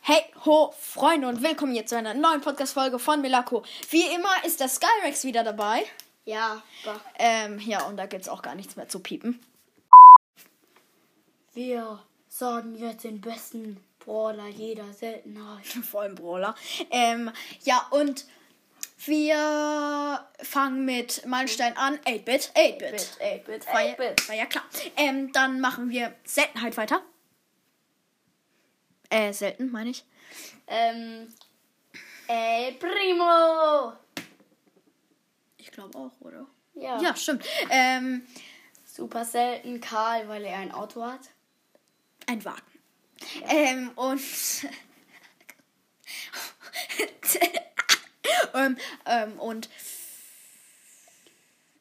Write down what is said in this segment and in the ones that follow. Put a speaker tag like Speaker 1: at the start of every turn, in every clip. Speaker 1: Hey ho, Freunde und willkommen hier zu einer neuen Podcast-Folge von Melako. Wie immer ist der Skyrex wieder dabei.
Speaker 2: Ja, aber
Speaker 1: Ähm, ja, und da gibt's auch gar nichts mehr zu piepen.
Speaker 2: wir sagen jetzt den besten Brawler jeder Seltenheit.
Speaker 1: Vor allem Brawler. Ähm, ja, und wir fangen mit Meilenstein an. 8-Bit, 8-Bit.
Speaker 2: 8-Bit,
Speaker 1: War, ja- war ja klar. Ähm, dann machen wir Seltenheit weiter. Äh, selten, meine ich.
Speaker 2: Ähm, El Primo.
Speaker 1: Ich glaube auch, oder?
Speaker 2: Ja.
Speaker 1: Ja, stimmt. Ähm,
Speaker 2: Super selten Karl, weil er ein Auto hat.
Speaker 1: ein Wagen. Ähm, und. ähm, ähm, und.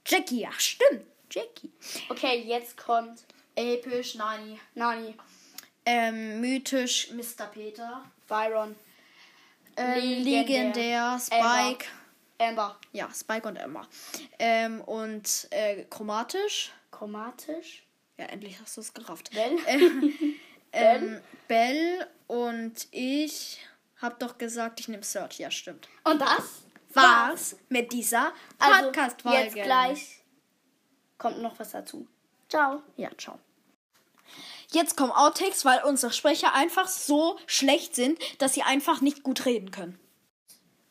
Speaker 1: Jackie, ja, stimmt. Jackie.
Speaker 2: Okay, jetzt kommt episch Nani. Nani.
Speaker 1: Ähm, mythisch.
Speaker 2: Mr. Peter. Byron. Äh,
Speaker 1: Ähm, legendär. Spike.
Speaker 2: Amber.
Speaker 1: Ja, Spike und Emma. Ähm, und äh, chromatisch.
Speaker 2: Chromatisch.
Speaker 1: Ja, endlich hast du es gerafft.
Speaker 2: Bell.
Speaker 1: Ähm, Bell und ich hab doch gesagt, ich nehme Search. Ja, stimmt.
Speaker 2: Und das?
Speaker 1: war's mit dieser
Speaker 2: Also,
Speaker 1: Podcast-Folge.
Speaker 2: Jetzt gleich kommt noch was dazu. Ciao.
Speaker 1: Ja, ciao. Jetzt kommen Outtakes, weil unsere Sprecher einfach so schlecht sind, dass sie einfach nicht gut reden können.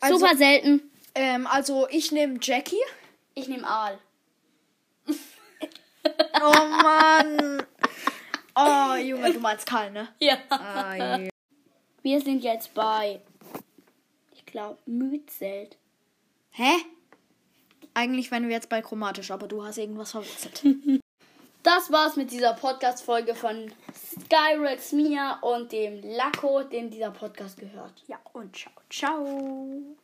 Speaker 1: Also,
Speaker 2: Super selten.
Speaker 1: Ähm, also ich nehme Jackie.
Speaker 2: Ich nehme Aal.
Speaker 1: Oh Mann. Oh, Junge, du meinst Karl, ne?
Speaker 2: Ja.
Speaker 1: Ah, ja.
Speaker 2: Wir sind jetzt bei, ich glaube, Mützelt.
Speaker 1: Hä? Eigentlich wären wir jetzt bei chromatisch, aber du hast irgendwas verwechselt.
Speaker 2: Das war's mit dieser Podcast-Folge von Skyrex, Mia und dem Lacko, dem dieser Podcast gehört.
Speaker 1: ja, und ciao. Ciao.